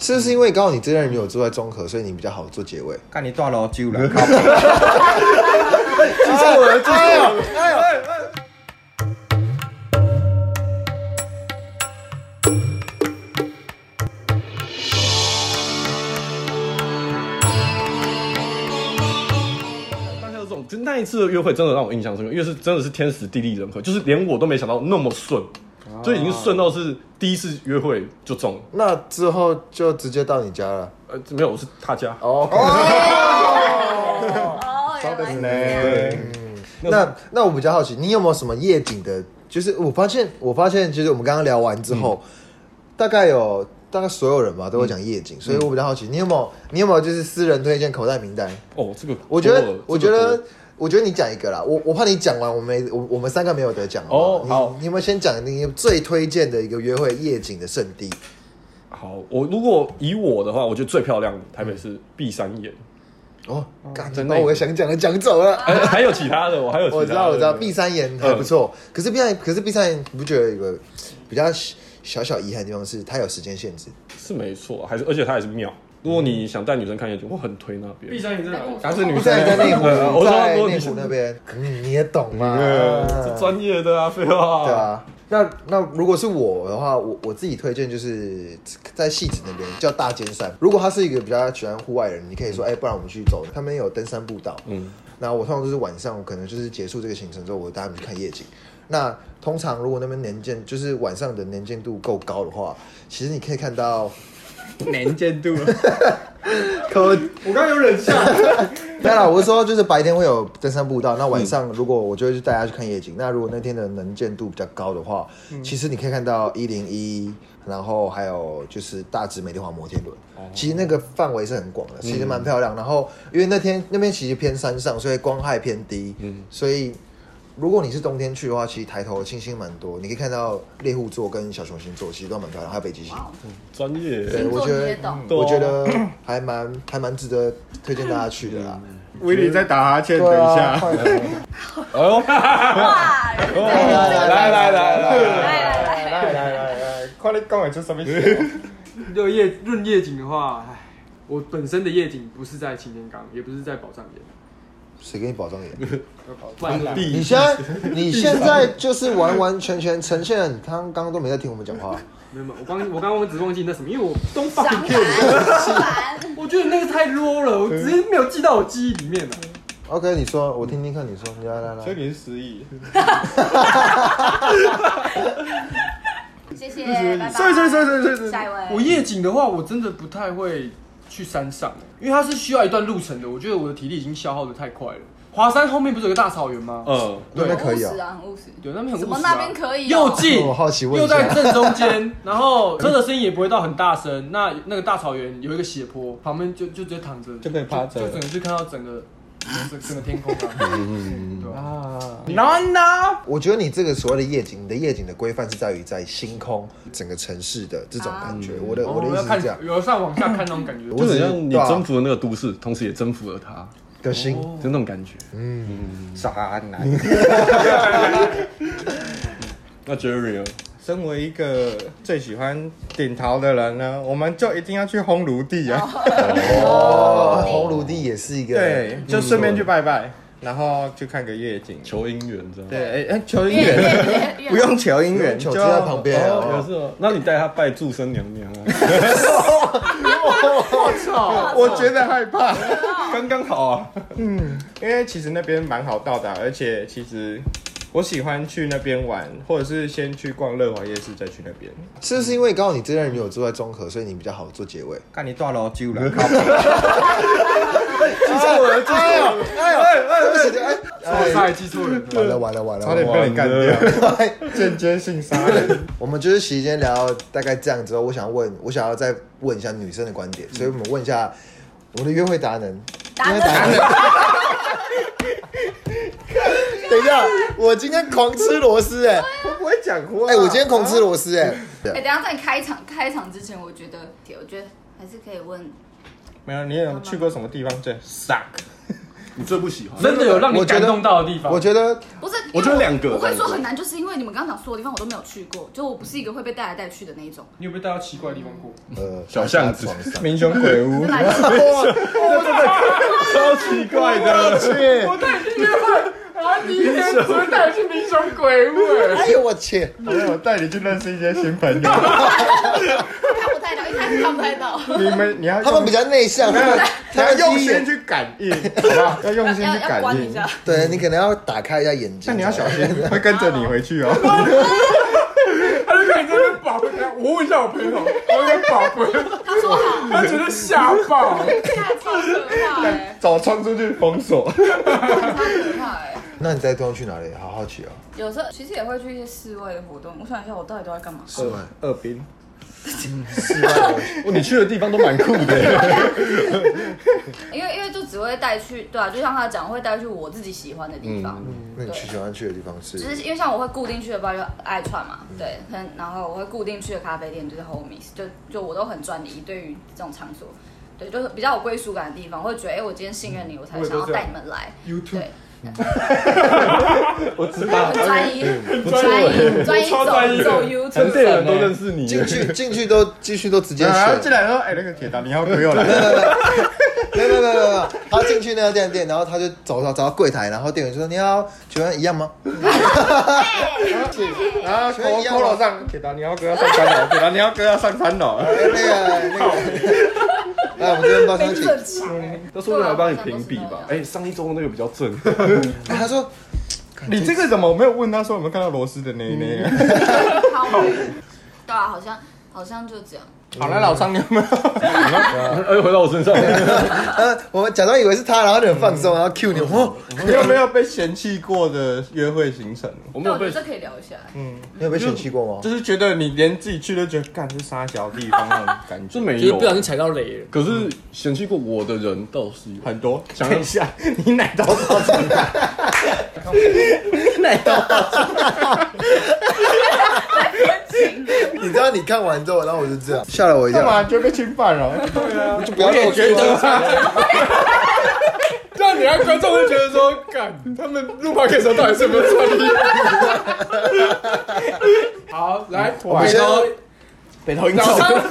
是不是因为刚好你这任女友住在中和，所以你比较好做结尾？看你大楼酒了，靠北记错了，记错了。当下这种，就那一次的约会真的让我印象深刻，因为是真的是天时地利人和，就是连我都没想到那么顺，啊就已经顺到是第一次约会就中了。那之后就直接到你家了。呃，没有，我是他家。哦、哦，原来是这样。嘞。那那我比较好奇，你有没有什么夜景的？就是我发现，我发现，就是我们刚刚聊完之后，嗯大概有大概所有人吧都会讲夜景，所以嗯我比较好奇，你有没有你有没有就是私人推荐口袋名单？哦，这个我觉多得了，我觉这个得多了，我觉得你讲一个啦，我我怕你讲完，我没我我们三个没有得讲哦不好你你有没有先讲你最推荐的一个约会夜景的圣地？好，我如果以我的话，我觉得最漂亮的台北是碧山 岩，哦，干，真的把我想讲的讲走了。哎，还有其他的，我还有其他的 我知道，我知道，碧山岩还不错，可是碧山岩，可是碧山岩，你不觉得有一个比较小小小遗憾的地方是它有时间限制？是没错，还是而且它还是庙。如果你想带女生看夜景，我很推那 边。碧山啊你在哪？还是女碧生山岩在内 湖，呃我知道在如果内你湖是那边，嗯，你也懂嘛？呃，是专业的啊，废话。对，啊。那那如果是我的话，我我自己推荐就是在戏子那边叫大尖山。如果他是一个比较喜欢户外的人，你可以说，哎、不然我们去走，他们有登山步道。嗯，那我通常就是晚上，我可能就是结束这个行程之后，我带他们去看夜景。那通常如果那边年见，就是晚上的年见度够高的话，其实你可以看到能见度，可我刚刚有忍下。 当然，我是说，就是白天会有登山步道，那晚上如果我就会去带他去看夜景。那如果那天的能见度比较高的话，嗯其实你可以看到一零一，然后还有就是大直美丽华摩天轮。哦其实那个范围是很广的，嗯其实蛮漂亮。然后因为那天那边其实偏山上，所以光害偏低，嗯所以。如果你是冬天去的话，其实抬头星星蛮多，你可以看到猎户座跟小熊星座，其实都蛮漂亮，还有北极星。哇哦专对，业。星我座觉你得也懂，哦对啊我觉得还蛮还蛮值得推荐大家去的啦。威力在打哈欠，嗯等对一啊，下。快点哎呦，嗯哇，人来来来来来来来来来来来来来来，快点讲完这什么事？就夜论夜景的话，唉，我本身的夜景不是在擎天岗，也不是在宝藏岩，谁给你保障 眼？万里你现在你现在就是完完全全呈现了，你刚刚刚都没在听我们讲话。没有没有，我刚我刚刚只是忘记那什么，因为我东想 fucking 谈 Q 你，想谈我觉得那个太 low 了，我直接没有记到我记忆里面了。 OK，你说，我听听看，你说，你来来所以来，你是失忆。谢 谢，拜拜。所以所以所以所以所以所以下一位，我夜景的话，我真的不太会去山上，欸因为它是需要一段路程的。我觉得我的体力已经消耗的太快了。华山后面不是有个大草原吗？嗯，那边可以很务实啊。啊，很务实。对，那边很怎务么实那啊边可以哦？又近，我好奇问又一下在正中间， 然后车的声音也不会到很大声。那那个大草原有一个斜坡，旁边就就直接躺着，就可以趴着就整个就看到整个整整个 天空啊。嗯对啊， No No，我觉得你这个所谓的夜景，你的夜景的规范是在于在星空整个城市的这种感觉。我的哦我的哦要意思看是这样，由上往下看那种感觉。我就只很是像你对啊征服了那个都市，同时也征服了它，的星。哦就那种感觉。傻男。那 Jerry 呢？身为一个最喜欢顶桃的人呢，我们就一定要去烘炉地啊！哦，红炉地也是一个。对，就顺便去拜拜，然后去看个夜景。求姻缘这样。对，哎哎，求姻 越越缘，越越不用求姻缘，球就哦就在旁边有啊。是吗？那你带他拜祝生娘娘啊？ 我觉得害怕，嗯刚刚好啊。因为其实那边蛮好到达，而且其实我喜欢去那边玩，或者是先去逛乐华夜市再去那边。是不是因为刚好你这任女友住在中和，所以你比较好做结尾？看你大楼酒 了，靠北哎呦哎呦哎呦！哎，我差点记错人了。完了完了完了！差点被人干掉， 间接性杀人。我们就是期间聊到大概这样之后，我想问，我想要再问一下女生的观点，所以我们问一下我们的约会达人，达人约会人。 等一下，我今天狂吃螺丝哎、我不会讲话。哎、我今天狂吃螺丝哎、哎，等一下在你开场开场之前，我觉得，我觉得还是可以问没有，你有去过什么地方最 suck？ 你最不喜欢？真的有让你感动到的地方。我觉得不是，我觉得两个我会说两个很难，就是因为你们刚刚讲所有地方我都没有去过，就我不是一个会被带来带去的那一种。你有没有带到奇怪的地方过？呃，小巷子大家床上民雄鬼屋真来不超奇怪的，我带你去约会，然后第一天只会带你去民雄鬼屋、欸哎呦我去，没有带你去认识一些新朋友。看不太到，一开始看不太 到。你们你要他们比较内向，你他要们用第一心眼，去感应，好不好？要用心要去要感关一应。下，对你可能要打开一下眼睛，但你要小心，会跟着你回去哦。他就看你在那边宝贝，我问一下我朋友，我在宝贝，他说好，他觉得吓爆。太超可 怕哎，找冲出去封锁。太可怕哎。那你在东去哪里？好好奇哦，有时候其实也会去一些室外的活动。我想一下，我到底都在干嘛？室外，二兵， 你去的地方都蛮酷的。因为因为就只会带去，对啊，就像他讲，我会带去我自己喜欢的地嗯方。那你去喜欢去的地方是就？是因为像我会固定去的吧，就爱串嘛，嗯对，可能然后我会固定去的咖啡店就是 Homies，就就我都很专一，对于这种场所，对，就是比较有归属感的地方，我会觉得哎、我今天信任你，我才我也想都要这样带你们来， YouTube 对，我知很专一，很专一，专一超专一走的走全 YouTube，店人都认识 你，进去进去都进去都直接然后啊进选，来说：“哎，那个铁达尼号没有来，没有没有没有没有，他进去那家店店，然后他就走到走到柜台，然后店员就说你要请问一样吗？然后请啊问一 Colo 样吗 Colo 哦上铁达尼号哥要上三楼， 铁达尼号哥要上三楼。 哎那个那个， 来我们这边包厢请。很强哎，都说来帮你评比吧。哎，上一周那个比较正，哎他说你这个怎么我没有问他说有没有看到螺丝的那那？好，对啊，好像好像就这样，好了，老张，你有没有？ 哎，回到我身上，呃，我假装以为是他，然后你很放松，然后 Q 你，哦，你 有没有被嫌弃过的约会行程？ 我没有但我觉被嗯得这可以聊一下，你有被嫌弃过吗？就是觉得你连自己去都觉得干是沙小地方那种感就觉，没就是有啊不。小心踩到雷了。可是嫌弃过我的人倒是有，很多。想等一下，你奶到多长？奶到， 你知道你看完之后，然后我就这样吓了我一干跳，嘛就被侵犯了？就不要露出这样你让观众会觉得说，干他们录 p o d 的时候到底是有没有穿衣？好，来，我们先北头老 张，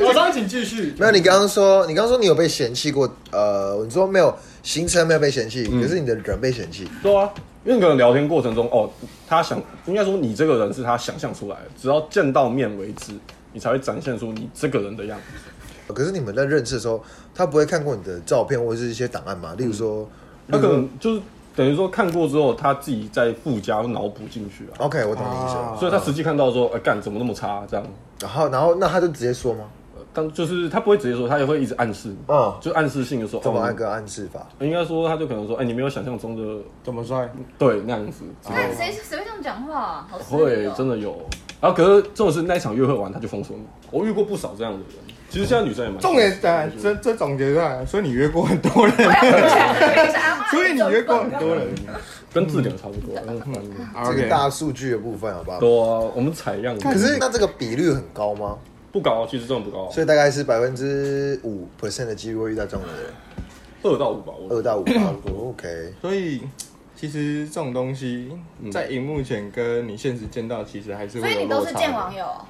老张，请继续。没有，你刚刚说，你刚刚说你有被嫌弃过，呃，你说没有行程没有被嫌弃，可是你的人被嫌弃， 对啊，因为你可能聊天过程中，哦，他想应该说你这个人是他想象出来的，只要见到面为止，你才会展现出你这个人的样子。可是你们在认识的时候，他不会看过你的照片或者是一些档案嘛？例如说，嗯他可能就是等于说看过之后，他自己再附加脑补进去啊， OK，我懂你意思了。所以他实际看到说，哎、干怎么那么差这样。然后，然后那他就直接说吗？呃但就是他不会直接说，他也会一直暗示你，哦就暗示性的说，怎么哦按个暗示法？应该说他就可能说，哎、你没有想象中的怎么帅？对那样子，看哎谁谁会这样讲话啊，好失礼会哦真的有。然后可是这种是那一场约会完他就封锁你，我遇过不少这样的人。其实现在女生也蛮重点在这这总结出来，所以你约过很 多人，所以你约过很多人。跟字典差不嗯多，嗯这个 OK，大数据的部分，好不好？多啊，我们采样可是那这个比率很高吗？不高，啊其实真的不高，所以大概是百分之五 percent 的机会遇到这种的人，二到五吧，我二到五吧。OK，嗯所以其实这种东西在荧幕前跟你现实见到，其实还是所会以有你落都差是的见网友哦，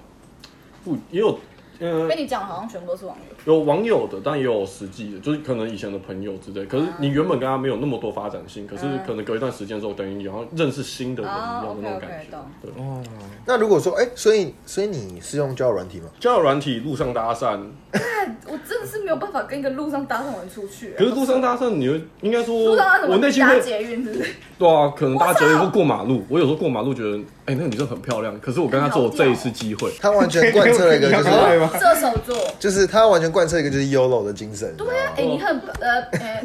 不也有，嗯、被你讲好像全部都是网友。有网友的，但也有实际的，就是可能以前的朋友之类。可是你原本跟他没有那么多发展性，可是嗯可能隔一段时间之后，等于你好像认识新的人一啊样的那种 OK，OK，感觉懂。对，那如果说，哎、所以所以你是用交友软体吗？交友软体路上搭讪，我真的是没有办法跟一个路上搭讪的人出去、可是路上搭讪，你会应该说，路上搭讪怎么我内心搭会捷运是不是？对啊，可能搭捷运或过马路，我有时候过马路觉得，哎、那个女生很漂亮，可是我跟她只有这一欸次机会，他完全贯彻了 一个就对是，吗？射手座。就是他完全贯彻一个就是 YOLO 的精哦神，对啊，哎、你很呃 呃，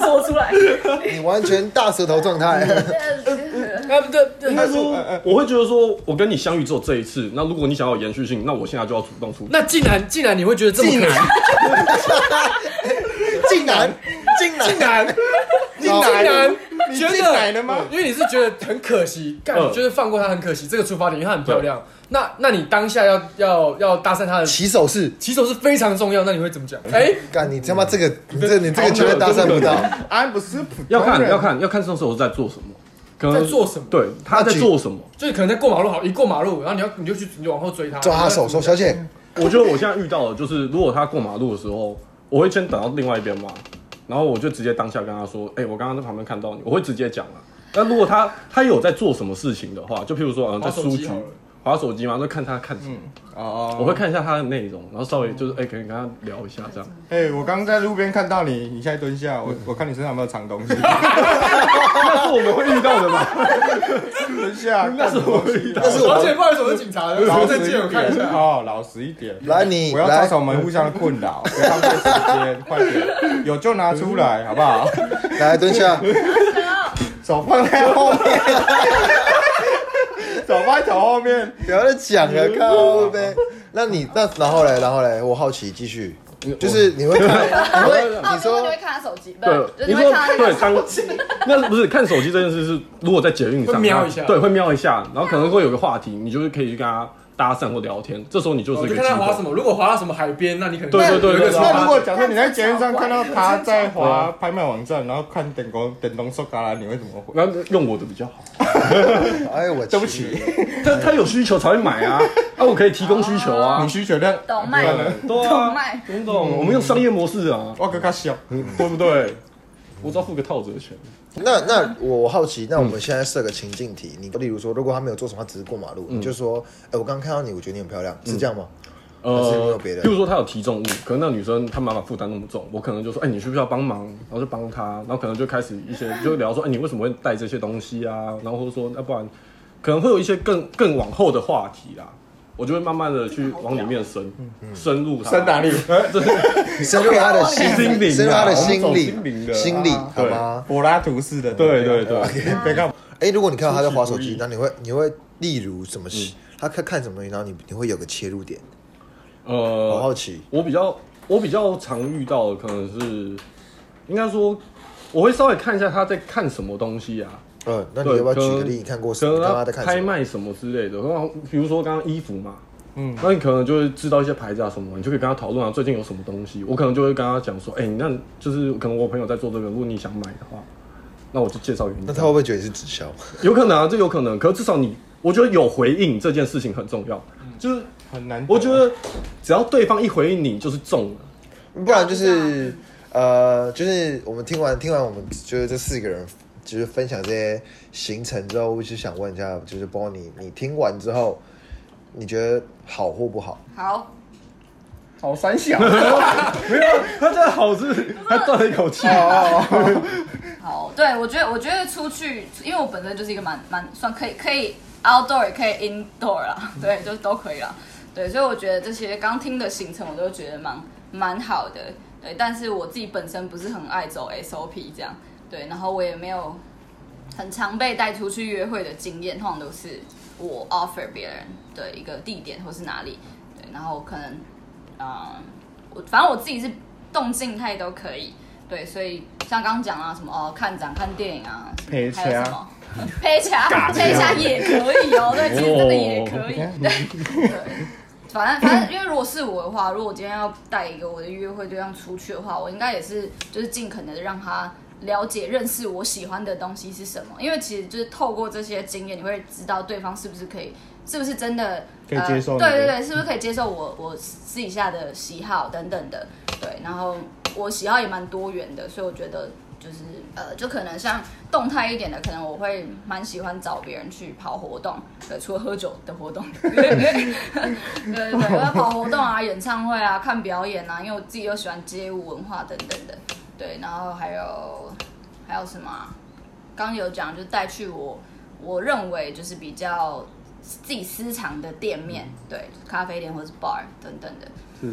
说出 来，呃你完全大舌头状态。啊，不对，对应该说，哎我会觉得说，我跟你相遇只有这一次，那如果你想要有延续性，那我现在就要主动出击。那竟然竟然你会觉得这么可能？ 竟然，竟然，竟然，竟然为觉进来了得吗？因为你是觉得很可惜，干嗯，就是放过他很可惜，这个出发点，因为他很漂亮。那那你当下要要要搭讪他的起手是，骑手是非常重要，那你会怎么讲？哎、干你他妈这个，你这嗯你这个绝对搭讪不到。俺啊不是普通人，要看要看要看那时候在做什么，可能在做什么对，他在做什么？就是可能在过马路好，一过马路，然后你要你就去你就往后追他，抓他手说：“小姐， 我觉得我现在遇到的就是，如果他过马路的时候，我会先等到另外一边嘛，然后我就直接当下跟他说：“哎、我刚刚在旁边看到你。”我会直接讲啊。那如果他他有在做什么事情的话，就譬如说，嗯，在划手机书局好了嗯划手机嘛，那看他看什么，我哦。会看一下他的内容，然后稍微就是哎、可能跟他聊一下这嗯样。哎，我刚在路边看到你，你现在蹲下，我我看你身上有没有藏东西， 那是我们会遇到的嘛？ 蹲下。 那是我们会遇到的。但是而我且不好意 思，我是警察，然后再借我看一下。哦，老实一点。来你我要造来，成我们互相的困扰，给他们时间，快点，有就拿出来，好不好？来蹲 下，手放在后面，手放在头后面。不要再讲了，靠呗。那你那然后嘞，然后嘞，我好奇，继续，就是你 会看，你会哦，你最后就说会看他手机，不是，对，就是你会说看他那对，个。当 那不是看手机这件事是，如果在捷运上会瞄一下对，会瞄一下，然后可能会有个话题，你就是可以去跟他搭讪或聊天，这时候你就是我一哦就个看机他划会什。么，如果划到什么海边，那你可能对对对有一对对个出那发如点果假设你在捷运上看到他在滑拍卖网站，然后看等工等东索嘎啦，你会怎么回？然后用我的比较好，哎我对不起，他他有需求才会买啊，啊，我可以提供需求啊你，需求量懂卖，对懂啊，卖，懂不懂？我们用商业模式啊，我更加小，对不对？我只要付个套折钱，那那我我好奇，那我们现在设个情境题，你例如说，如果他没有做什么，他只是过马路，你就说，哎，我刚刚看到你，我觉得你很漂亮，是这样吗？还是没有别的呃譬如说她有提重物，可能那女生她妈妈负担那么重，我可能就说，哎、你需不需要帮忙？然后就帮她，然后可能就开始一些就聊说，哎、你为什么会带这些东西啊？然后或者说，要、不然可能会有一些更更往后的话题啦，我就会慢慢的去往里面深、嗯深入她在哪里？深入他的心心灵啊深入他的我心们走理心灵，的啊心理好吗？柏拉图式的，对对对，别看哎，如果你看到他在划手机，那你会你会例如什么？他看看什么东西，然后你你会有个切入点，我 呃好，奇。我比较我比较常遇到的可能是，应该说我会稍微看一下她在看什么东西啊，嗯，那你对，要不要可能举个例？你看过什可么？你能刚刚他在看拍什么？卖什么之类的，然后比如说刚刚衣服嘛，嗯嗯，那你可能就会知道一些牌子啊什么，你就可以跟他讨论啊，最近有什么东西，我可能就会跟他讲说，哎、那就是可能我朋友在做这个，如果你想买的话，那我就介绍给你。那他会不会觉得你是直呃销？有可能啊，这有可能，可是至少你，我觉得有回应这件事情很重要，就是很难。我觉得只要对方一回应你，就是中了。不然就是呃，就是我们听完听完，我们就是这四个人就是分享这些行程之后，我就想问一下，就是包你，你听完之后，你觉得好或不好？好，好三小，没有，他这好是，他断了一口气。好，对我觉得，我觉得出去，因为我本身就是一个蛮蛮算可以可以 outdoor 也可以 indoor 啦， 对，就是都可以啦，对，所以我觉得这些刚听的行程我都觉得蛮蛮好的，对，但是我自己本身不是很爱走 SOP 这样，对，然后我也没有很常被带出去约会的经验，通常都是我 offer 别人的一个地点或是哪里，对，然后可能，嗯、我反正我自己是动静态都可以，对，所以像刚刚讲啊，什么哦，看展、看电影啊，陪还有掐什么 陪侠，陪侠也可以哦，对，其实真的也可以，对。对反正反正，因为如果是我的话，如果我今天要带一个我的约会对象出去的话，我应该也是就是尽可能的让他了解、认识我喜欢的东西是什么。因为其实就是透过这些经验，你会知道对方是不是可以，是不是真的可以接受你呃。的对对对，是不是可以接受我我私底下的喜好等等的。对，然后我喜好也蛮多元的，所以我觉得就是呃，就可能像动态一点的，可能我会蛮喜欢找别人去跑活动，对，除了喝酒的活动， 对 对对，我要跑活动啊、 演唱会啊、看表演啊，因为我自己又喜欢街舞文化等等的，对，然后还有还有什么、啊？刚有讲就带去我我认为就是比较自己私藏的店面，嗯对，咖啡店或是 bar 等等的，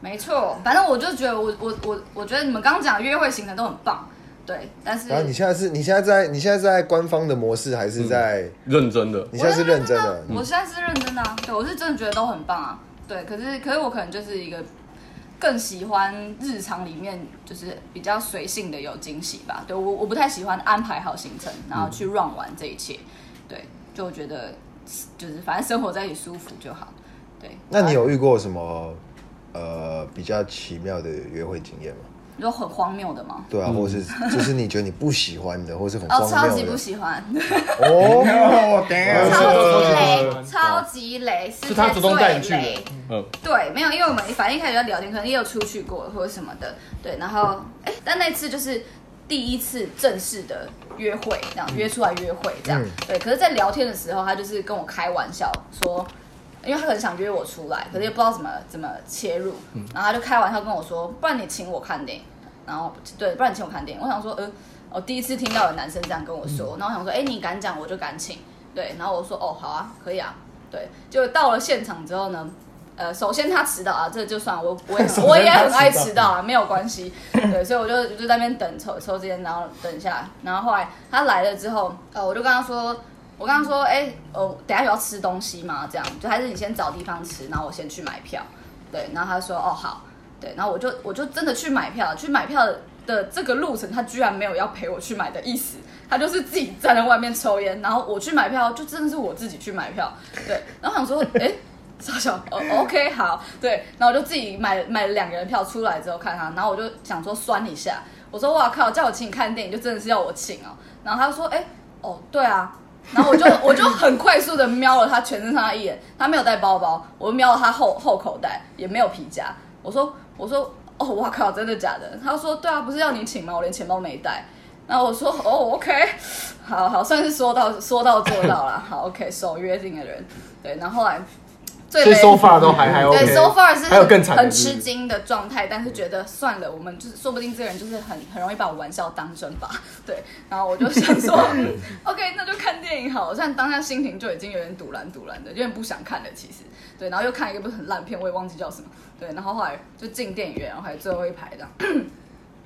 没错，反正我就觉得我我我我觉得你们刚刚讲的约会行程都很棒，对，但是然后你现在是你现在在你现在在官方的模式，还是在、认真的，你现在是认真的？嗯我现在是认真的啊，对我是真的觉得都很棒啊，对，可是可是我可能就是一个更喜欢日常里面就是比较随性的有惊喜吧。对我我不太喜欢安排好行程，然后去 run 完这一切。对，就我觉得就是反正生活在一起舒服就好。对，那你有遇过什么呃比较奇妙的约会经验吗？你说很荒谬的吗？对啊，嗯或是就是你觉得你不喜欢的，或是很荒哦，谬的。超级不喜欢，哦， 哦，等一下超级雷，超级雷，是哦是他主动带你去的最雷嗯，对，没有，因为我们反正一开始在聊天，可能也有出去过或者什么的，对，然后哎、但那次就是第一次正式的约会，这样约出来约会这样，嗯对，可是，在聊天的时候，他就是跟我开玩笑说。因为他很想约我出来，可是又不知道怎么怎么切入，然后他就开玩笑跟我说：“不然你请我看电影。”然后对，不然你请我看电影。我想说，呃，我第一次听到有男生这样跟我说，然后我想说，哎、你敢讲我就敢请，对，然后我说，哦，好啊，可以啊，对。就到了现场之后呢，呃，首先他迟到啊，这就算我我也 很我也很爱迟到啊，没有关系，对，所以我就我就在那边等抽抽时间，然后等一下，然后后来他来了之后，呃，我就跟他说。我刚刚说，哎、哦，等一下有要吃东西吗？这样就还是你先找地方吃，然后我先去买票。对，然后他说，哦，好。对，然后我就我就真的去买票，去买票的这个路程，他居然没有要陪我去买的意思，他就是自己站在外面抽烟，然后我去买票，就真的是我自己去买票，对，然后想说，哎、傻小，哦，OK，好，对，然后我就自己买买了两个人票出来之后看他，然后我就想说酸一下，我说哇靠，叫我请你看电影，就真的是要我请哦，然后他就说，哎、哦，对啊。然后我就我就很快速的瞄了他全身上下一眼，他没有带包包，我瞄了他后后口袋，也没有皮夹。我说我说哦，哇靠，真的假的？他说对啊，不是要你请吗？我连钱包没带。然后我说哦，OK，好好，算是说到说到做到啦。好，OK，守约定的人，对。然后后来最 所以雷 so far 都还还对 OK。 ，so far 是还有更惨的很是不吃是惊的状态，但是觉得算了，我们就是说不定这个人就是很很容易把我玩笑当真吧，对。然后我就想 说嗯，OK，那就看电影好了。虽然当下心情就已经有点堵然堵然的，有点不想看了，其实对。然后又看一个不是很烂片，我也忘记叫什么，对。然后后来就进电影院，然后还有最后一排这样，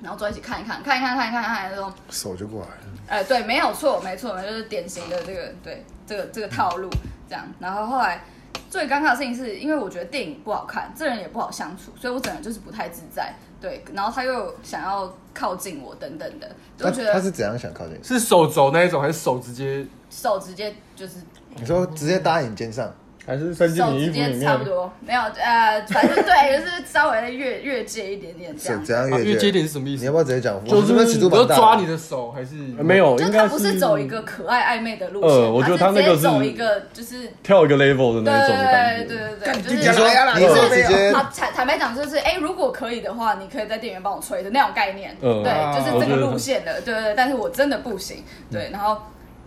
然后坐在一起看一看，看一看，看一看，看一看，之后手就过来了。哎，对，没有错，没错，就是典型的这个对这个这个套路这样。然后后来最尴尬的事情是，因为我觉得电影不好看，这人也不好相处，所以我整个就是不太自在。对，然后他又想要靠近我等等的，他就觉他得是怎样想靠近你？是手肘那一种，还是手直接？手直接就是你说直接搭你肩上，还是伸进手你衣直服里接差不面，多没有呃，反正对，就是稍微越越界一点点这怎样。怎样啊越越界接点是什么意你思要？不要直接讲？就我们这边是尺比度如蛮说大的。抓你的手，还是呃没有，就应他该不是走一个可爱暧昧的路线，呃我觉得他那个直接走是一个就是跳一个 level 的对那种的对感对觉。对对，就是你说你就说是直接坦坦坦白讲，就是哎、如果可以的话，你可以在店员帮我吹的那种概念，嗯对，就是这个我觉得路线的，对对对。但是我真的不行，对，然后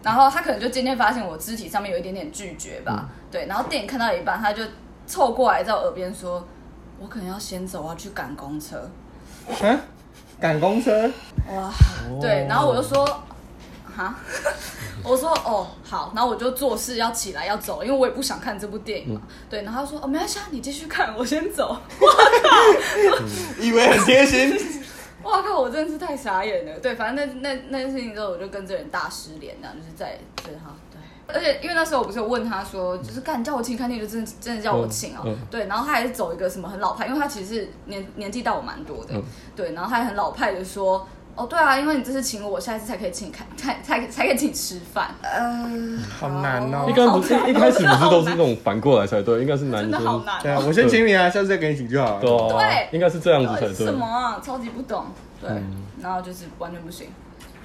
然后他可能就渐渐发现我肢体上面有一点点拒绝吧，对，然后电影看到一半，他就凑过来在我耳边说：“我可能要先走，我要去赶公车。”赶公车，哇，对，然后我就说，哈， 我说哦好，然后我就做事要起来要走，因为我也不想看这部电影嘛。对，然后他说哦没关系，啊，你继续看，我先走。以为很贴心，哇靠，我真的是太傻眼了。对，反正那那那件事情之后，我就跟这人大失联，这样就是在对哈对。而且因为那时候我不是有问他说，就是干你叫我请看电影，就真的真的叫我请哦、嗯嗯对，然后他还是走一个什么很老派，因为他其实是年年纪大我蛮多嗯的，对，然后他还很老派的说。哦，对啊，因为你这次请我，下一次才可以请你看，才才才可以请你吃饭。呃，好难哦一开不是一开始不是都是那种，种反过来才对，应该是男 真的生好难对哦。啊，我先请你啊，下次再给你请就好了。对啊对应该是这样子到底是才什对么。啊？超级不懂，对，然后就是完全不行，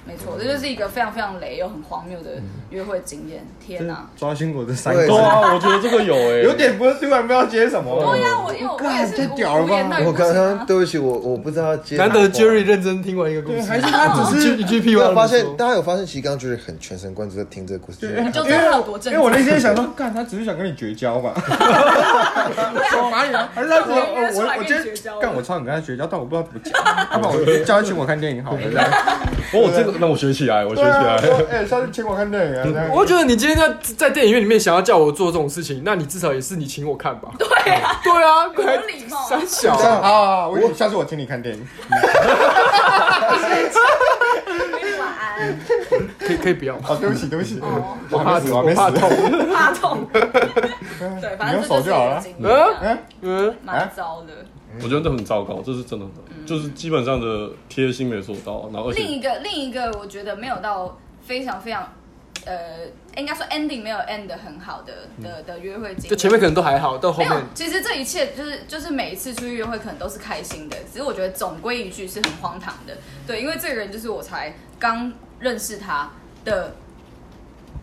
没错，这就是一个非常非常雷又很荒谬的约会经验。天哪、抓心我的三对个对，啊，我觉得这个有哎，有点不是突然不知道接什么。哦对呀、啊我因为我也是干太屌了吧无言到一我个不刚行啊刚对不起，我我不知道接哪难一得段。 Jerry 认真听完一个啊故事，还是他只是一句屁有没话有都发没现，说。大家有发现，其实刚刚 Jerry 很全神贯注在听这个故事， 就是就知道他有多因正为常。我那天想说，干他只是想跟你绝交吧， 手把你啊，还是他说我哦约出我来我跟你今绝交天了干我超想跟他绝交，但我不知道怎么讲，要不然我叫他请我看电影好了。这样哦，这个那我学起来，我学对起啊，来。说哎，下次请我看电影啊这样。我觉得你今天在在电影院里面想要叫我做这种事情，那你至少也是你请我看吧？对啊，对啊，有礼貌三小这样好好好，我下次我请你看电影。晚安。可以可以不要吗？哦，对不起，对不起，哦我还没死，我还没我死怕怕痛。痛。对，反正这就是一个经历啊，嗯，嗯，蛮糟的。我觉得这很糟糕，这是真的很糟，就是基本上的贴心没做到，然后而嗯另且一个另一个，我觉得没有到非常非常，呃，应该说 ending 没有 end 的很好的的的约会经历。就前面可能都还好，到后没有面，其实这一切就是就是每一次出去约会可能都是开心的，只是我觉得总归一句是很荒唐的，对，因为这个人就是我才刚认识他的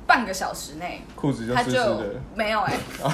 半个小时内，裤子就他湿湿就的，没有哎、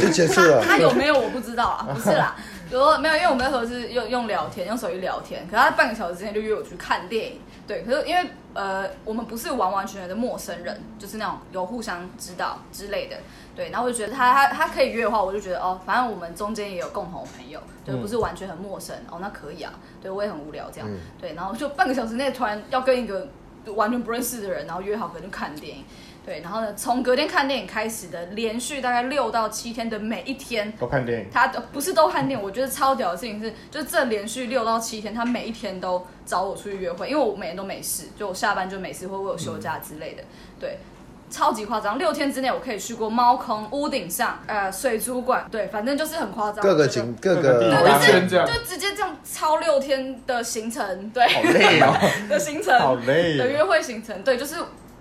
就结束 啊了。他他有没有我不知道啊， 不是啦，有没有？因为我们那时候是用用聊天，用手机聊天，可是他半个小时之内就约我去看电影，对，可是因为呃，我们不是完完全全的陌生人，就是那种有互相知道之类的，对，然后我就觉得他他他可以约的话，我就觉得哦，反正我们中间也有共同朋友，对，不是完全很陌生，哦，那可以啊，对我也很无聊这样，对，然后就半个小时内突然要跟一个完全不认识的人，然后约好可能去看电影。对，然后呢，从隔天看电影开始的，连续大概六到七天的每一天，都看电影，他都不是都看店，我觉得超屌的事情是，就这连续六到七天，他每一天都找我出去约会，因为我每天都没事，就我下班就没事，或我有休假之类的，对。超级夸张，六天之内我可以去过猫空、屋顶上、呃水族馆，对，反正就是很夸张。各我个觉得景各各个地个方对，就是圈这样就直接这样超六天的行程，对好啊累哦， 的行程，好累的哦，约会行程，对，就是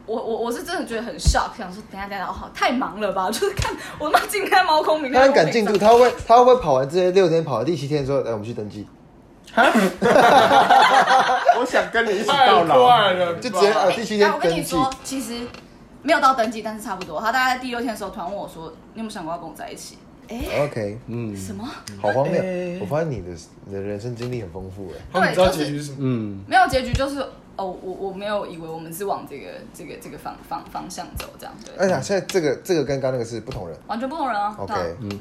我我我是真的觉得很 shock，想说等一下等一下，哦，太忙了吧， 就是看我妈今天猫空，明他天很赶进度，猫空他会他会不会跑完这些六天，跑完第七天说，哎来我们去登记，我想跟你一起到太快老，了吧，就直接呃第哎七天哎我跟登你记。说，其实没有到登记，但是差不多。他大概在第六天的时候，突然问我说：“你有没有想过要跟我在一起 OK，？” 嗯什么？好荒谬！哎我发现你的你的人生经历很丰富哎。他们对，知道就结局是是什么？嗯，没有结局，就是哦，我我没有以为我们是往这个这个这个方方方向走，这样对，哎呀，现在这个这个跟刚刚那个是不同人。完全不同人啊。 OK，对啊嗯，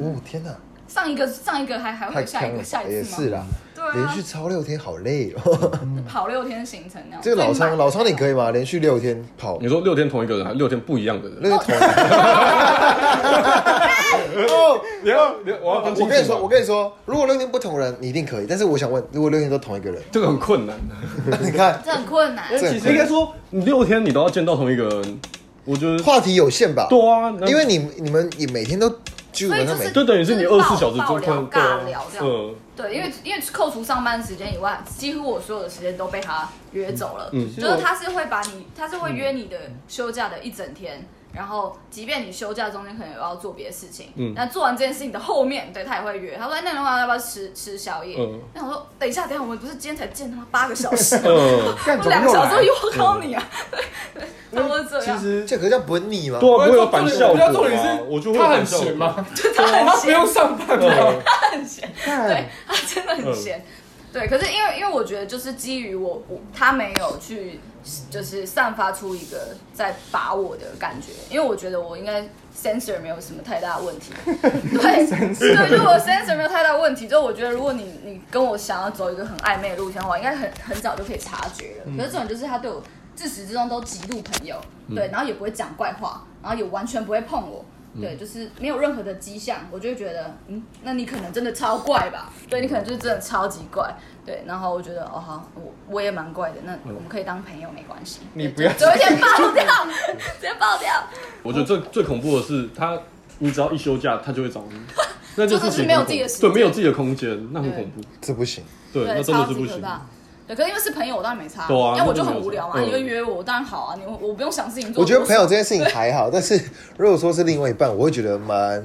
哦天哪，上一个上一个还还会太坑有下一个了下，一也次吗？是啦，对啊连续超六天好累哦。 跑六天行程那样。这个老最满昌的老昌你可以吗？连续六天跑你，说六天同一个人，还是六天不一样的人？那个头。哦，你要你要我要分清楚我跟你说，我跟你说，如果六天不同人，你一定可以。但是我想问，如果六天都同一个人， 这个很困难，你看这很困 难。这应该说你六天你都要见到同一个人，我觉得话题有限吧？对啊，那因为你你们也每天都基所本以就上每是对等于是你就是二爆十四小时爆都聊看尬聊这样。嗯，对，因为因为扣除上班时间以外，几乎我所有的时间都被他约走了。嗯就是他是会把你，他是会约你的休假的一整天。然后，即便你休假中间可能有要做别的事情，嗯那做完这件事情的后面，对他也会约。他说：“哎，那的话要不要吃吃宵夜？”嗯那我说：“等一下，等一下，我们不是今天才见他妈八个小时 吗，嗯，干我怎么两个又小时来？又靠你啊！” 对，差不多这其样。实这个叫不会腻吗？对啊，不会有重反点效果我啊比较重点是，我就会有他反很效果嗯闲吗？ 他很他不用上班吗？很闲，看对他 真的很闲。对，可是因为因为我觉得就是基于我我他没有去就是散发出一个在把我的感觉，因为我觉得我应该 sensor 没有什么太大的问题， 对对，如果 sensor 没有太大的问题，就我觉得如果你你跟我想要走一个很暧昧的路线的话，应该很很早就可以察觉了。嗯可是这种就是他对我自始至终都极度朋友，对，然后也不会讲怪话，然后也完全不会碰我。嗯对，就是没有任何的迹象，我就会觉得，嗯，那你可能真的超怪吧？对你可能就是真的超级怪，对。然后我觉得，哦好，我我也蛮怪的，那我们可以当朋友没关系。嗯你不要有一天爆 掉，直接爆掉，我觉得最最恐怖的是他，你只要一休假，他就会找你，那件事就是情没有很恐自己的怖时间对，没有自己的空间，那很恐怖，这不行，对，那真超的是级不可行。怕。对，可是因为是朋友，我当然没差，对啊因为我就那就没很有无聊嘛，差嗯你就约我，我当然好啊，你我不用想事情做。我觉得朋友这件事情还好，但是如果说是另外一半，我会觉得蛮，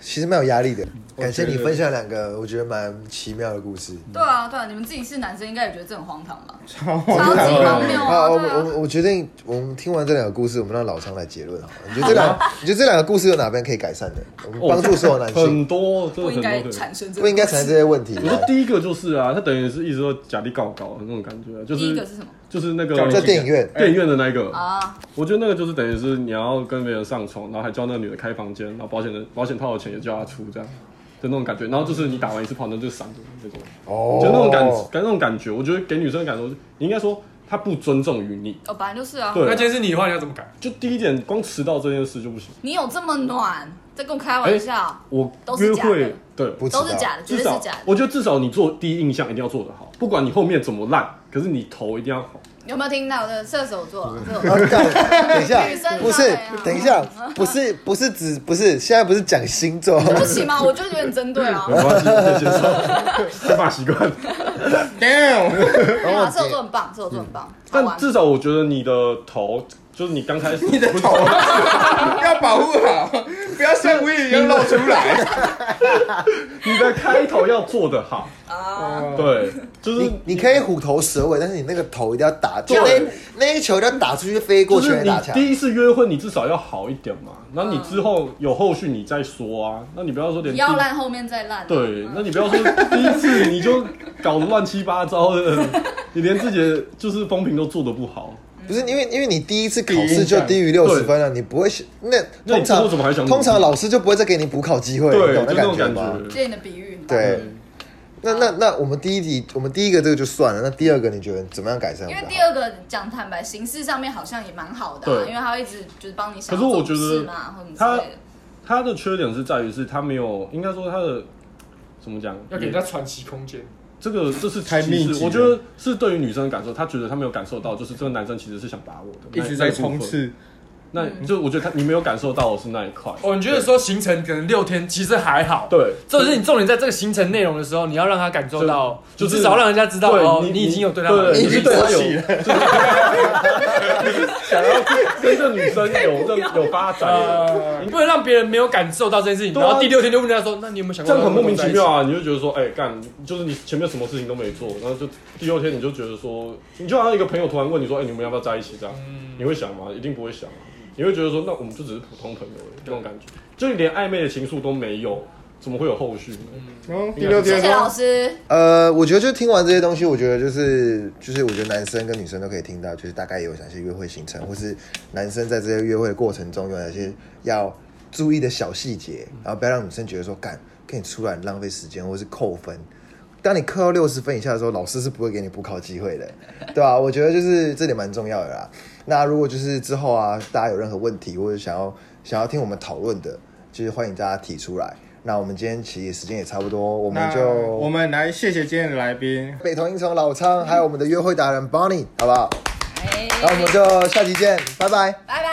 其实蛮有压力的。嗯感谢你分享两个我觉得蛮奇妙的故事。对啊，对啊，你们自己是男生，应该也觉得这很荒唐 吧？超超级荒谬啊！好，我对我啊，我我决定，我们听完这两个故事，我们让老常来结 论好了。你觉得这两，你觉得这两个故事有哪边可以改善的？我们帮助所有男性，哦很多，真不的应很该多可以。产生这个。不应该产生这些问题。我说第一个就是啊，他等于是一直都假力告高的那种感觉啊，就第一个是是什么就是那个哎叫在电影院，电影院的那一个，啊？我觉得那个就是等于是你要跟别人上床，然后还叫那个女的开房间，然后保险的保险套的钱也叫她出这样的那种感觉，然后就是你打完一次炮，那就闪的那种，哦就那种感感那种感觉，我觉得给女生的感受，你应该说她不尊重于你，哦，本来就是啊。对那今天是你的话，你要怎么改？就第一点光迟到这件事就不行。你有这么暖，在跟我开玩笑？我都是约假的会对，不知都是道。假的，绝哎至对少是假的。我觉得至少你做第一印象一定要做得好，不管你后面怎么烂，可是你头一定要红。有没有听到的射手座？射手啊干等一下女生上，不是来啊，等一下，不是，不是指不是，现在不是讲星 座，不行吗？我就有点针对啊。没关系，可以接 受，先把习惯。 Damn， 没哦有啊，射手座很棒，射手座很棒。好嗯但玩至少我觉得你的头，就是你刚开 始，你的头要保护好，不要像 w 一样露出来。 你的开头要做得好。啊，对，就是你你可以虎头蛇尾，但是你那个头一定要打，就对那那一球要打出去飞过就去是才你打墙。第一次约会，你至少要好一点嘛。那你之后有后续你再说啊。那你不要说连不第要烂后面再烂。啊对，那你不要说第一次你就搞得乱七八糟 的，你连自己的就是风评都做得不好。不是因为因为你第一次考试就低于六十分了，你不会想那那通你之后常怎么还想努力通常老师就不会再给你补考机会，对，你就懂那那感种觉感吗？觉。嗯谢谢你的比喻。，对，那那那我们第一题，我们第一个这个就算了，那第二个你觉得怎么样改善？因为第二个讲坦白，形式上面好像也蛮好的啊，对因为他会一直就是帮你想可是我觉得做事嘛，或者之他类的。他的缺点是在于是他没有，应该说他的怎么讲？要给人家喘息空间。这个这是太密其集实了我觉得是对于女生的感受，她觉得她没有感受到，就是这个男生其实是想把我的，一直那在嗯冲。刺，那一部分那就我觉得他你没有感受到的是那一块。哦，你觉得说行程可能六天，其实还好。，对，这是你重点在这个行程内容的时候，你要让他感受到，就就就是至少让人家知道对哦，你已经有对他满对，意你已是经对他勃有，起就是 想要跟这女生有这有发 展，呃，你不能让别人没有感受到这件事情，对啊然后第六天就问人家说，那你有没有想这样过很莫跟我名在其一起妙？啊！你就觉得说，哎，干，就是你前面什么事情都没做，然后就第六天你就觉得说，你就好像一个朋友突然问你说，哎，你们要不要在一起？这样，嗯你会想吗？一定不会想啊！你会觉得说，那我们就只是普通朋友而已，这种感觉，就连暧昧的情愫都没有，怎么会有后续呢？嗯然后第六谢天谢老说师，呃，我觉得就听完这些东西，我觉得就是就是，我觉得男生跟女生都可以听到，就是大概有哪些约会行程，或是男生在这些约会的过程中有哪些要注意的小细节，然后不要让女生觉得说干跟你出来很浪费时间，或是扣分。当你扣到六十分以下的时候，老师是不会给你补考机会的，对吧、我觉得就是这点蛮重要的啦。那如果就是之后啊，大家有任何问题或者想要想要听我们讨论的，就是欢迎大家提出来。那我们今天其实时间也差不多，我们那就我们来谢谢今天的来宾，北投英雄老苍，还有我们的约会达人 Bonnie，好不好？哎，那我们就下期见，拜拜。拜拜。